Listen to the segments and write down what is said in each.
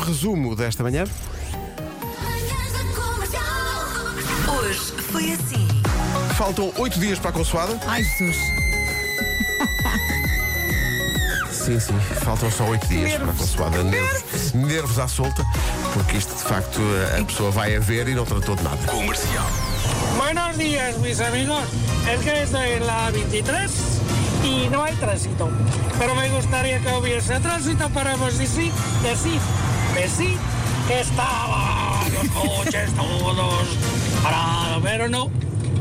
resumo desta manhã. Manhãs da Comercial. Hoje foi assim. Faltam oito dias para a consoada. Ai, Jesus. Sim, sim. Faltam só oito dias para a consoada. Nervos, nervos à solta, porque isto de facto a pessoa vai a ver e não tratou de nada. Buenos días, mis amigos. Es que estoy en la 23 y no hay tránsito. Pero me gustaría que hubiese tránsito para vos decir, decir, decir que estaban los coches todos parados. Pero no,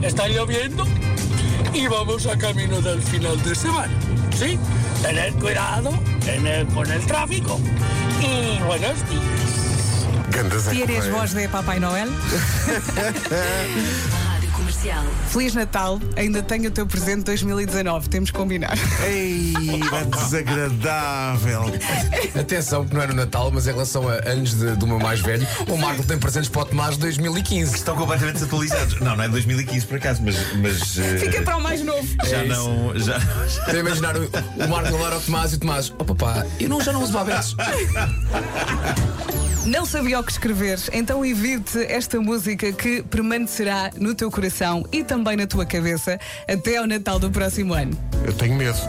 está lloviendo y vamos a camino del final de semana. ¿Sí? Tener cuidado en el- con el tráfico. E buenos días. Grandes Tienes voz de Papai Noel. Rádio Comercial. Feliz Natal. Ainda tenho o teu presente de 2019. Temos que combinar. Ei, vai desagradável. Atenção, que não é no Natal, mas em relação a anos de, do meu mais velho, o Marco tem presentes para o Tomás de 2015. Estão completamente desatualizados. Não, não é 2015 por acaso, mas. mas eh, Fica para o mais novo. já É isso. não. Já... é Estou a Então imaginar o, o Marco agora ao Tomás e o Tomás, oh papá, eu não, já não uso babetes. Não sabia o que escrever, então evite esta música que permanecerá no teu coração e também na tua cabeça até ao Natal do próximo ano. Eu tenho medo.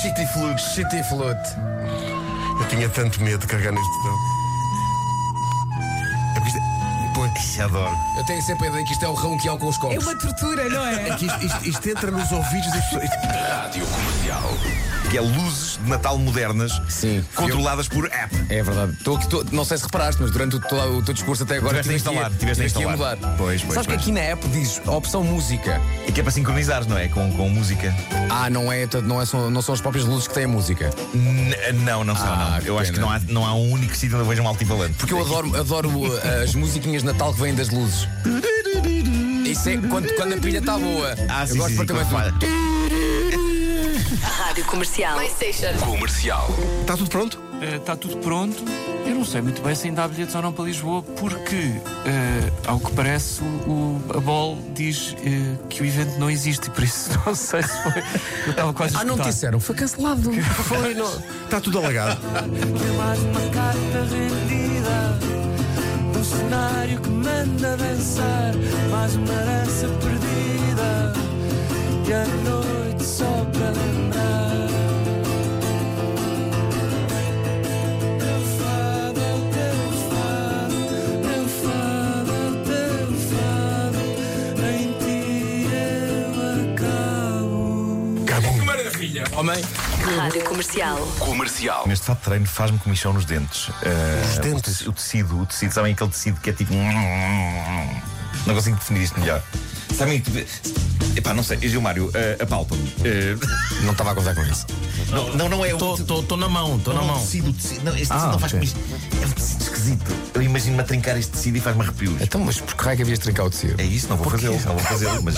Shitty flute, shitty flute. Eu tinha tanto medo de carregar neste botão. É porque isto é- Pô, Já adoro. Eu tenho sempre a ideia que isto é o rão que há com os É copos. uma tortura, não é? é que isto, isto- isto entra nos ouvidos das pessoas. Isto- Que é luzes de Natal modernas Sim. controladas por app. É verdade. Estou aqui, tô- não sei se reparaste, mas durante o, todo o teu discurso até agora Tiveste a que ir- instalar, tiveste a que ir instalar. mudar. Pois, pois, Sabes pois. que aqui na app diz a opção música. E que é para sincronizares, não é? Com, com música. Ah, não é, portanto, não, é, são- não são as próprias luzes que têm a música. N- não, não são, Ah, não. que Eu acho que pena. não há, não há um único sítio onde eu vejo um altivalente. Porque eu adoro, adoro uh, as musiquinhas de Natal que vêm das luzes. Isso é quando, quando a pilha está boa. Ah, eu sim, gosto sim, sim, para quando também. falha. Rádio Comercial. Está Tá tudo pronto? está Eh, tá tudo pronto. Eu não sei muito bem se ainda há bilhetes ou não para Lisboa, porque, eh, ao que parece, o, o- a Bol diz eh, que o evento não existe, e por isso não sei se foi. Eu estava quase a Ah, não te escutar. disseram, foi cancelado. Foi, não. Está Tá tudo alagado. mais uma carta rendida de um cenário que manda dançar mais uma dança perdida e a noite só para lembrar Meu fado é o teu fado, meu fado é o teu fado, em ti eu acabo. Homem, Rádio Comercial. Neste fato de treino faz-me comichão nos dentes. Os dentes? O tecido, o tecido. Sabem aquele tecido que é tipo. Não consigo definir isto melhor. Sabem. Epá, não sei. Gilmário, eh, apalpa-me. Eh, não estava a contar com isso. Não, não, não é o. Estou na mão, estou na Não, mão. um tecido, tecido. Não, este tecido Ah, não faz ok. comigo. É um tecido esquisito. Eu imagino-me a trincar este tecido e faz-me arrepios. Então, mas por que raio que havias trincar o tecido? É isso, não vou fazê-lo, não vou fazê-lo, mas.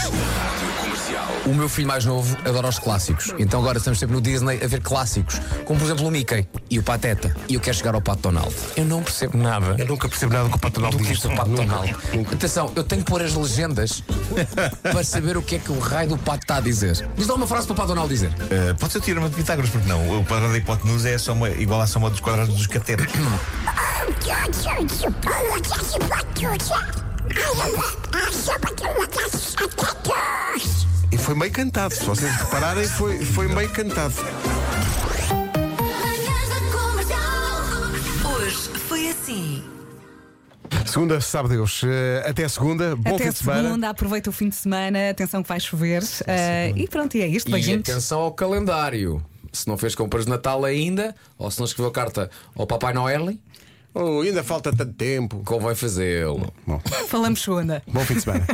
O meu filho mais novo adora os clássicos. Então agora estamos sempre no Disney a ver clássicos. Como por exemplo o Mickey e o Pateta. E eu quero chegar ao Pato Donald. Eu não percebo nada. Eu nunca percebo nada com o Pato Donald do que diz. isto do Pato Donald. Atenção, eu tenho que pôr as legendas para saber o que é que o raio do Pato está a dizer. Diz lá uma frase para o Pato Donald dizer. Eh, pode ser o teorema de Pitágoras, porque não? O quadrado da hipotenusa é a soma- igual à soma dos quadrados dos catetos. E foi meio cantado. Se vocês repararem, foi, foi meio cantado. Manhãs da Comercial. Hoje foi assim. Segunda, sabe Deus. eh, Até segunda. Bom Até fim de semana. segunda, aproveita o fim de semana, atenção que vai chover. eh, e pronto, e é isto. E Beijinhos. atenção ao calendário. Se não fez compras de Natal ainda, ou se não escreveu carta ao Papai Noel, Oh, ainda falta tanto tempo. convém fazê-lo. Bom, Falamos segunda. bom fim de semana.